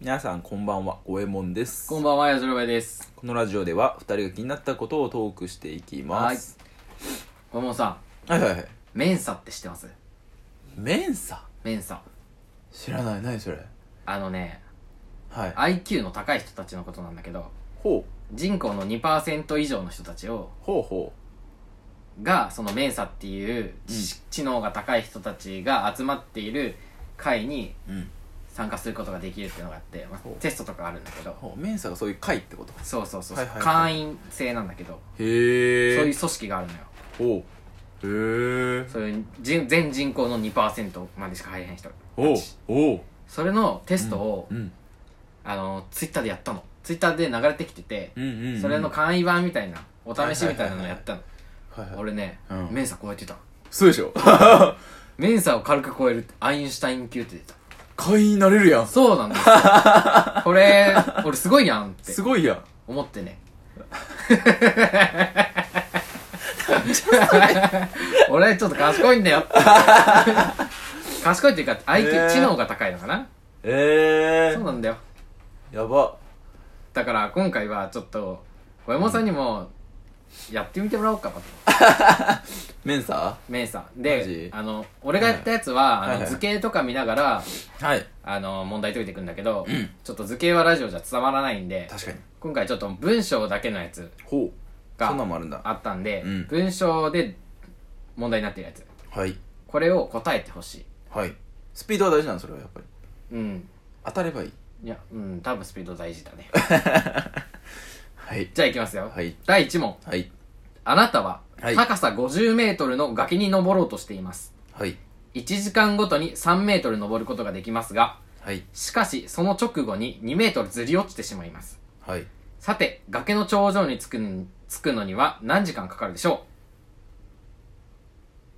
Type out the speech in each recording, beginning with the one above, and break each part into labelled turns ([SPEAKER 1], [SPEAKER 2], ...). [SPEAKER 1] 皆さんこんばんは五右衛門です
[SPEAKER 2] こんばんは、やじろばいです。
[SPEAKER 1] このラジオでは2人が気になったことをトークしていきます
[SPEAKER 2] ごもんさ
[SPEAKER 1] はいはいはい
[SPEAKER 2] ん、メンサって知ってます
[SPEAKER 1] メンサ
[SPEAKER 2] メンサ。
[SPEAKER 1] 知らない何それ
[SPEAKER 2] あのね、
[SPEAKER 1] はい
[SPEAKER 2] IQ の高い人たちのことなんだけど、
[SPEAKER 1] ほう
[SPEAKER 2] 人口の2%以上の人たちを、
[SPEAKER 1] ほうほ
[SPEAKER 2] が、そのメンサっていう、知知能が高い人たちが集まっている会に
[SPEAKER 1] ううん
[SPEAKER 2] 参加することができるっていうのがあって、まあ
[SPEAKER 1] ほう
[SPEAKER 2] テストとかあるんだけど、
[SPEAKER 1] ほうメンサがそういう会ってこと
[SPEAKER 2] そうそうそう、
[SPEAKER 1] はいはいはい
[SPEAKER 2] 会員制なんだけど、
[SPEAKER 1] へえ
[SPEAKER 2] そういう組織があるのよ。
[SPEAKER 1] ほうへえ
[SPEAKER 2] そういう人全人口の2%までしか入れない人。
[SPEAKER 1] おうおう
[SPEAKER 2] それのテストを、
[SPEAKER 1] うん
[SPEAKER 2] あのツイッターでやったのツイッターで流れてきてて、
[SPEAKER 1] うんうんうん
[SPEAKER 2] それの簡易版みたいなお試しみたいなのやったの、
[SPEAKER 1] はいはい
[SPEAKER 2] 俺ね、
[SPEAKER 1] うん
[SPEAKER 2] メンサ超えてた
[SPEAKER 1] そうでしょ
[SPEAKER 2] メンサを軽く超えるってアインシュタイン級って出た
[SPEAKER 1] 会員になれるやん
[SPEAKER 2] そうなん ですよこれ俺すごいやんって
[SPEAKER 1] すごいやん
[SPEAKER 2] 思ってね 俺ちょっと賢いんだよって賢いっていうか IQ、
[SPEAKER 1] えー
[SPEAKER 2] 知能が高いのかな
[SPEAKER 1] ええ
[SPEAKER 2] そうなんだよ
[SPEAKER 1] やば
[SPEAKER 2] だから今回はちょっと小山さんにもやってみてもらおうかなと
[SPEAKER 1] メンサ
[SPEAKER 2] メイさん
[SPEAKER 1] マ
[SPEAKER 2] で
[SPEAKER 1] ジ
[SPEAKER 2] あの俺がやったやつは、
[SPEAKER 1] はい
[SPEAKER 2] あ
[SPEAKER 1] は
[SPEAKER 2] の
[SPEAKER 1] い
[SPEAKER 2] 図形とか見ながら
[SPEAKER 1] はい
[SPEAKER 2] あの問題解いていくんだけど、
[SPEAKER 1] ん
[SPEAKER 2] ちょっと図形はラジオじゃ伝わらないんで
[SPEAKER 1] 確かに
[SPEAKER 2] 今回ちょっと文章だけのやつ
[SPEAKER 1] ほう
[SPEAKER 2] が
[SPEAKER 1] そんなんもあるんだ
[SPEAKER 2] あったんで、
[SPEAKER 1] うん
[SPEAKER 2] 文章で問題になってるやつ
[SPEAKER 1] はい
[SPEAKER 2] これを答えてほしい
[SPEAKER 1] はいスピードは大事なのそれはやっぱり
[SPEAKER 2] うん
[SPEAKER 1] 当たればいい
[SPEAKER 2] いやうん多分スピード大事だ ね
[SPEAKER 1] はい
[SPEAKER 2] じゃあいきますよ、
[SPEAKER 1] はい
[SPEAKER 2] 第1問
[SPEAKER 1] はい
[SPEAKER 2] あなたは
[SPEAKER 1] はい
[SPEAKER 2] 高さ5 0ルの崖に登ろうとしています、
[SPEAKER 1] はい
[SPEAKER 2] 1時間ごとに3メートル登ることができますが、
[SPEAKER 1] はい
[SPEAKER 2] しかしその直後に2メートルずり落ちてしまいます。
[SPEAKER 1] はい
[SPEAKER 2] さて、崖の頂上に着くの着くのには何時間かかるでしょ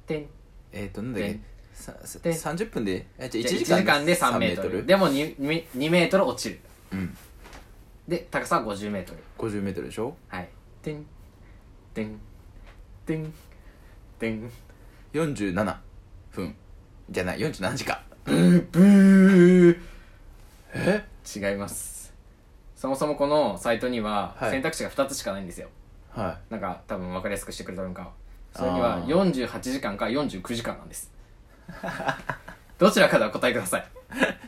[SPEAKER 2] うてん
[SPEAKER 1] えっ、ー、となんだっけ
[SPEAKER 2] で
[SPEAKER 1] ささ
[SPEAKER 2] で
[SPEAKER 1] 30分でえじゃ
[SPEAKER 2] 1
[SPEAKER 1] あ1
[SPEAKER 2] 時
[SPEAKER 1] 時間
[SPEAKER 2] 間で3メートル。でも 2, 2メートル落ちる。
[SPEAKER 1] うん
[SPEAKER 2] で、高さは50メートル。
[SPEAKER 1] 50メートルでしょ
[SPEAKER 2] はい。てん、てん、てん、てん。
[SPEAKER 1] 47分じゃない47時間
[SPEAKER 2] ブー
[SPEAKER 1] え
[SPEAKER 2] 違います。そもそもこのサイトには
[SPEAKER 1] はい
[SPEAKER 2] 選択肢が2つしかないんですよ。
[SPEAKER 1] は
[SPEAKER 2] なんか多分分かりやすくしてくれたのかそれに
[SPEAKER 1] あ
[SPEAKER 2] は
[SPEAKER 1] ー
[SPEAKER 2] 48時間か49時間なんです どちらかでお答えください
[SPEAKER 1] い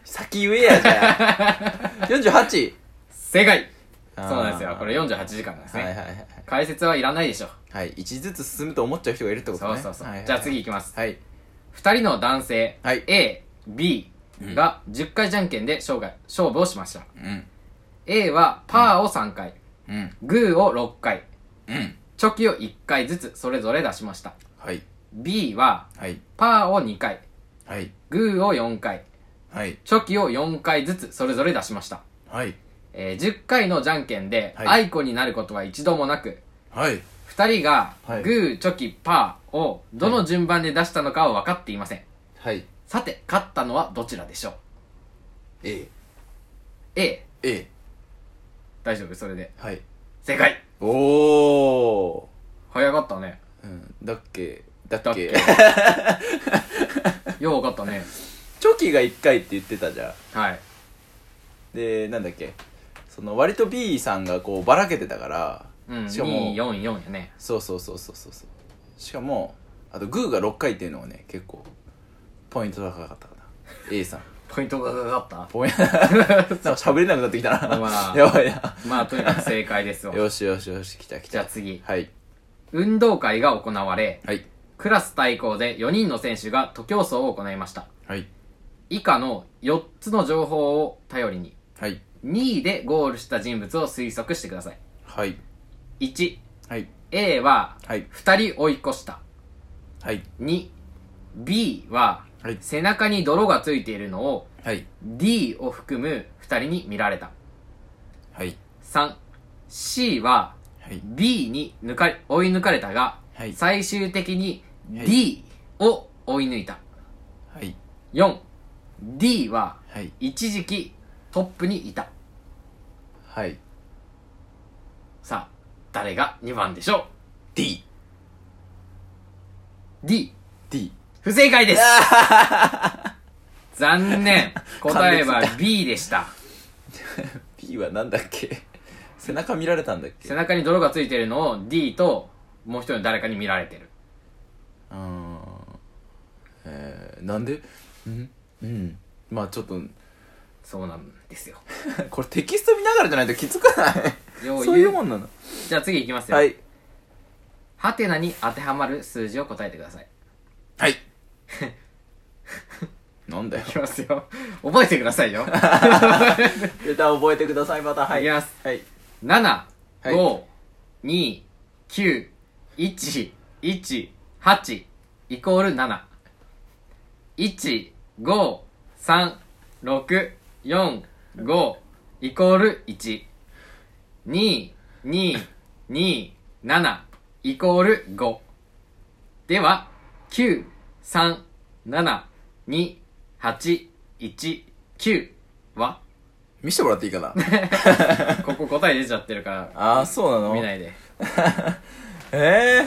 [SPEAKER 1] 先言えやじゃ あ 48!
[SPEAKER 2] 正解
[SPEAKER 1] あー
[SPEAKER 2] そうなんですよこれ48時間なんです
[SPEAKER 1] は
[SPEAKER 2] ね、
[SPEAKER 1] いはいはい
[SPEAKER 2] 解説はいらないでしょ
[SPEAKER 1] はい1ずつ進むと思っちゃう人がいるってこと
[SPEAKER 2] そう
[SPEAKER 1] ね
[SPEAKER 2] そうそう、
[SPEAKER 1] はいはい
[SPEAKER 2] じゃあ次いきます、
[SPEAKER 1] はい
[SPEAKER 2] 2人の男性、
[SPEAKER 1] はい
[SPEAKER 2] AB が10回じゃんけんで勝負勝負をしました
[SPEAKER 1] うん
[SPEAKER 2] A はパーを3回、
[SPEAKER 1] うん
[SPEAKER 2] グーを6回
[SPEAKER 1] うん
[SPEAKER 2] チョキを1回ずつそれぞれ出しました
[SPEAKER 1] はい
[SPEAKER 2] B は
[SPEAKER 1] はい
[SPEAKER 2] パーを2回
[SPEAKER 1] はい
[SPEAKER 2] グーを4回
[SPEAKER 1] はい
[SPEAKER 2] チョキを4回ずつそれぞれ出しました。
[SPEAKER 1] はい
[SPEAKER 2] えー10回のじゃんけんで、
[SPEAKER 1] はい
[SPEAKER 2] アイコになることは一度もなく、
[SPEAKER 1] はい
[SPEAKER 2] 2人がグ
[SPEAKER 1] はい
[SPEAKER 2] ー、チョキ、パーをどの順番で出したのかは分かっていません。
[SPEAKER 1] はい
[SPEAKER 2] さて、勝ったのはどちらでしょう
[SPEAKER 1] A
[SPEAKER 2] ?A、
[SPEAKER 1] A
[SPEAKER 2] 大丈夫それで。
[SPEAKER 1] はい
[SPEAKER 2] 正解
[SPEAKER 1] おお
[SPEAKER 2] 早かったね。
[SPEAKER 1] ー、うん、だっけだっけ
[SPEAKER 2] だっけよう分かったね。
[SPEAKER 1] チョキが1回って言ってたじゃん
[SPEAKER 2] はい。
[SPEAKER 1] でなんだっけその割と B さんがこうばらけてたから、
[SPEAKER 2] うん、
[SPEAKER 1] しか
[SPEAKER 2] 2、
[SPEAKER 1] も
[SPEAKER 2] 4、4やね。
[SPEAKER 1] そうそうそうそうそうそうしかもあとグーが6回っていうのはね結構ポイント高かったかな A さん
[SPEAKER 2] ポイントがかかっ
[SPEAKER 1] ポイントなんか喋れなくなってきたな、
[SPEAKER 2] まあ
[SPEAKER 1] やばいな
[SPEAKER 2] たまあ、とにかく正解ですよ。
[SPEAKER 1] よしよしよし来た来た
[SPEAKER 2] じゃあ次
[SPEAKER 1] はい
[SPEAKER 2] 運動会が行われ、
[SPEAKER 1] はい
[SPEAKER 2] クラス対抗で4人の選手が徒競走を行いました。
[SPEAKER 1] はい
[SPEAKER 2] 以下の4つの情報を頼りに
[SPEAKER 1] はい
[SPEAKER 2] 2位でゴールした人物を推測してくださ
[SPEAKER 1] はい
[SPEAKER 2] い
[SPEAKER 1] はい
[SPEAKER 2] 1A は
[SPEAKER 1] はい
[SPEAKER 2] 2人追い越した
[SPEAKER 1] はい
[SPEAKER 2] 2B は
[SPEAKER 1] はい
[SPEAKER 2] 背中に泥がついているのを
[SPEAKER 1] はい
[SPEAKER 2] D を含む2人に見られた
[SPEAKER 1] はい
[SPEAKER 2] 3C は
[SPEAKER 1] はい
[SPEAKER 2] B に抜かれ追い抜かれたが、
[SPEAKER 1] はい
[SPEAKER 2] 最終的に
[SPEAKER 1] はい
[SPEAKER 2] D を追い抜いた
[SPEAKER 1] はい
[SPEAKER 2] 4D は
[SPEAKER 1] はい
[SPEAKER 2] 一時期トップにいた
[SPEAKER 1] はい
[SPEAKER 2] さあ誰が2番でしょ
[SPEAKER 1] D
[SPEAKER 2] う ?D
[SPEAKER 1] D
[SPEAKER 2] 不正解です 残念答えは
[SPEAKER 1] 勘弁
[SPEAKER 2] B でした
[SPEAKER 1] D はなんだっけ背中見られたんだっけ
[SPEAKER 2] 背中に泥がついてるのを D ともう一人の誰かに見られてる
[SPEAKER 1] うんえー、なんでうんうんまあちょっと
[SPEAKER 2] そうなんですよ
[SPEAKER 1] これテキスト見ながらじゃないと気づかない
[SPEAKER 2] よ
[SPEAKER 1] そういうも
[SPEAKER 2] ん
[SPEAKER 1] んなの
[SPEAKER 2] じゃあ次いきますよ
[SPEAKER 1] はい
[SPEAKER 2] ハテナに当てはまる数字を答えてください
[SPEAKER 1] はい なんだよ
[SPEAKER 2] いきますよ覚えてくださいよ
[SPEAKER 1] ネタ覚えてくださいまたはい
[SPEAKER 2] きます
[SPEAKER 1] はい
[SPEAKER 2] 7
[SPEAKER 1] はい
[SPEAKER 2] 5 2 9 1 1 8イコール7 1 5 3 6 4 5イコール1 2 2 2 7イコール5では9 3 7 2 8 1 9は
[SPEAKER 1] 見せてもらっていいか な
[SPEAKER 2] ここ答え出ちゃってるから
[SPEAKER 1] ああそうなの
[SPEAKER 2] 見ないで
[SPEAKER 1] ええ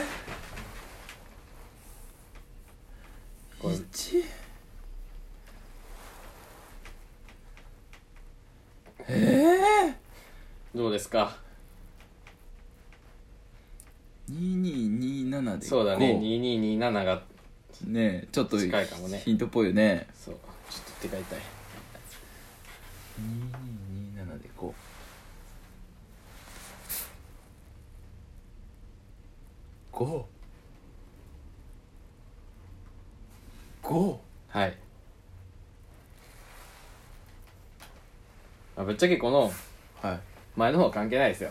[SPEAKER 2] これ
[SPEAKER 1] 1ええ
[SPEAKER 2] どうですか
[SPEAKER 1] 2227で
[SPEAKER 2] そうだね
[SPEAKER 1] こ
[SPEAKER 2] 2227が
[SPEAKER 1] ねえちょっと
[SPEAKER 2] 近いかもね
[SPEAKER 1] ヒントっぽいよね
[SPEAKER 2] そうちょっと手が痛い
[SPEAKER 1] 2227でこう5 5
[SPEAKER 2] はい、まあ、ぶっちゃけこの
[SPEAKER 1] はい
[SPEAKER 2] 前の方は関係ないですよ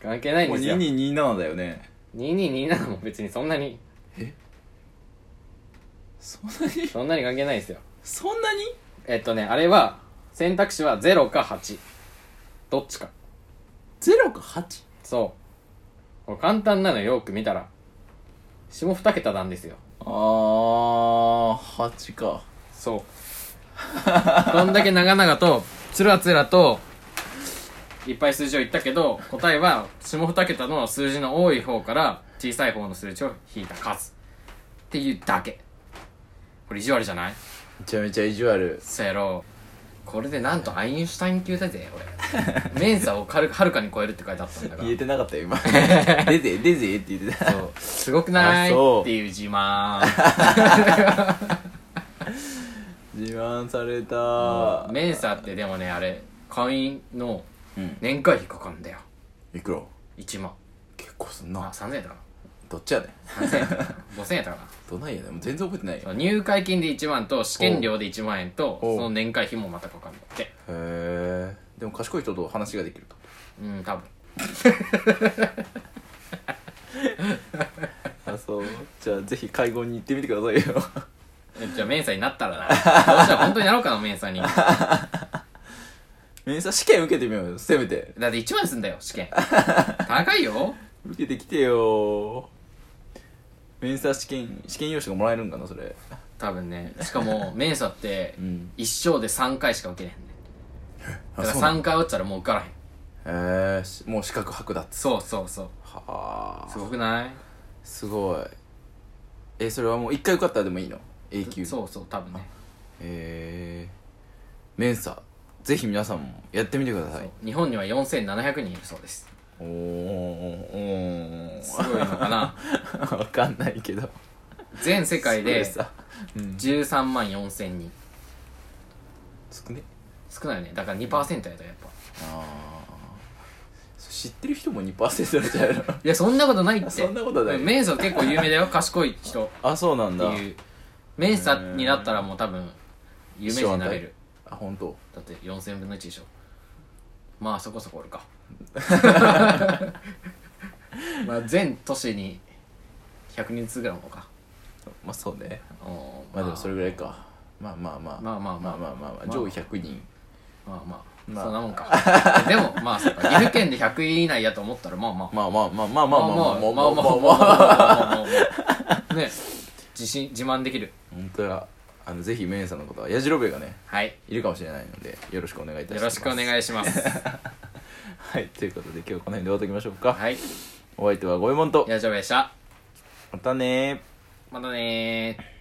[SPEAKER 2] 関係ないん
[SPEAKER 1] もう
[SPEAKER 2] ですよ
[SPEAKER 1] 2227だよね
[SPEAKER 2] 2227も別にそんなに
[SPEAKER 1] そんなに
[SPEAKER 2] そんなに関係ないですよ
[SPEAKER 1] そんなに
[SPEAKER 2] えっとねあれは選択肢は0か8どっちか
[SPEAKER 1] ?0 か 8?
[SPEAKER 2] そうこれ簡単なのよよく見たら下2桁なんですよ
[SPEAKER 1] あー、8か。
[SPEAKER 2] そう。どんだけ長々と、つらつらと、いっぱい数字を言ったけど、答えは、下二桁の数字の多い方から、小さい方の数値を引いた数。っていうだけ。これ意地悪じゃない
[SPEAKER 1] めちゃめちゃ意地悪。
[SPEAKER 2] そやろ。これでなんとアインシュタイン級だぜ、 俺。メンサを軽くはるかに超えるって書いてあったんだか
[SPEAKER 1] 言え
[SPEAKER 2] ら。
[SPEAKER 1] てなかったよ、今。 出ぜ、出ぜって言ってた。
[SPEAKER 2] そう。すごくない
[SPEAKER 1] あそう
[SPEAKER 2] っていう自慢。
[SPEAKER 1] 自慢された。
[SPEAKER 2] メンサってでもね、あれ、会員の
[SPEAKER 1] うん。
[SPEAKER 2] 年会費かかるんだよ。
[SPEAKER 1] いくら
[SPEAKER 2] 1万。
[SPEAKER 1] 結構すん
[SPEAKER 2] あ、
[SPEAKER 1] な。
[SPEAKER 2] 3000円だな。
[SPEAKER 1] どっちやねん。
[SPEAKER 2] 3000円だな5000円だか
[SPEAKER 1] どないやねん。もう全然覚えてないよ。
[SPEAKER 2] ら入会金で1万と試験料で1万円と
[SPEAKER 1] おう
[SPEAKER 2] その年会費もまたかかるんだって
[SPEAKER 1] へえ。でも賢い人と話ができると。
[SPEAKER 2] うん多分
[SPEAKER 1] あ、そう。じゃあ、ぜひ会合に行ってみてくださいよ。
[SPEAKER 2] えじゃあメンサになったらなどうしたら本当になろうかなメンサにだっ て
[SPEAKER 1] 面接試験受けてみようよ、せめて。
[SPEAKER 2] 1万すんだよ試験高いよ
[SPEAKER 1] 受けてきてよ。面接試験、試験用紙がもらえるんかな、それ。
[SPEAKER 2] 多分ねしかもメンサって
[SPEAKER 1] うん
[SPEAKER 2] 一生で3回しか受けれへんねだから
[SPEAKER 1] そうなの
[SPEAKER 2] 3回落ちたらもう受からへん
[SPEAKER 1] へえしもう資格剥奪
[SPEAKER 2] そうそうそう
[SPEAKER 1] は
[SPEAKER 2] すごくない
[SPEAKER 1] すごいえそれはもう一回受かったらでもいいの永久う
[SPEAKER 2] そうそう多分ね
[SPEAKER 1] へえメンサぜひ皆さんもやってみてください
[SPEAKER 2] 日本には4700人いるそうです
[SPEAKER 1] おーお
[SPEAKER 2] すごいのかな
[SPEAKER 1] ーわかんないけど
[SPEAKER 2] 全世界で
[SPEAKER 1] それさ、うん、
[SPEAKER 2] 13万4000人
[SPEAKER 1] 少ね
[SPEAKER 2] 少ないよねだから2%やとやっぱ
[SPEAKER 1] ああ知ってる人も2%なんじゃないの
[SPEAKER 2] いやそんなことないって
[SPEAKER 1] そんなことない
[SPEAKER 2] メンサ結構有名だよ賢い人っ
[SPEAKER 1] あそうなん
[SPEAKER 2] て
[SPEAKER 1] だ
[SPEAKER 2] いうメンサになったらもう多分有名人になれる
[SPEAKER 1] あ本当。
[SPEAKER 2] だって4000分の1でしょまあそこそこお るかまあ全都市に100人ずつぐらいもか
[SPEAKER 1] まあそうね
[SPEAKER 2] おー
[SPEAKER 1] まあでもそれぐらいかまあまあまあ
[SPEAKER 2] まあまあま
[SPEAKER 1] ま
[SPEAKER 2] あ
[SPEAKER 1] あ
[SPEAKER 2] ま
[SPEAKER 1] ま
[SPEAKER 2] あ
[SPEAKER 1] あまあまあ
[SPEAKER 2] まあ
[SPEAKER 1] 上位100人
[SPEAKER 2] まあまあ、
[SPEAKER 1] まあ
[SPEAKER 2] そんなもんかでもまあそうか岐阜県で100位以内やと思ったらまあまあ
[SPEAKER 1] まあまあまあまあまあまあまあ
[SPEAKER 2] まあまあまあまあまあまあまあまあまあまあね自信自慢できる
[SPEAKER 1] 本当やあのぜひメイさんのことはやじろべえがね
[SPEAKER 2] はい
[SPEAKER 1] いるかもしれないのでよろしくお願いいたし
[SPEAKER 2] よ
[SPEAKER 1] ま
[SPEAKER 2] ろ
[SPEAKER 1] す
[SPEAKER 2] しくお願いします
[SPEAKER 1] はいということで今日はこの辺で終わっておきましょうか、
[SPEAKER 2] はい
[SPEAKER 1] お相手は五右衛門と
[SPEAKER 2] 以上でした
[SPEAKER 1] またねー
[SPEAKER 2] またねー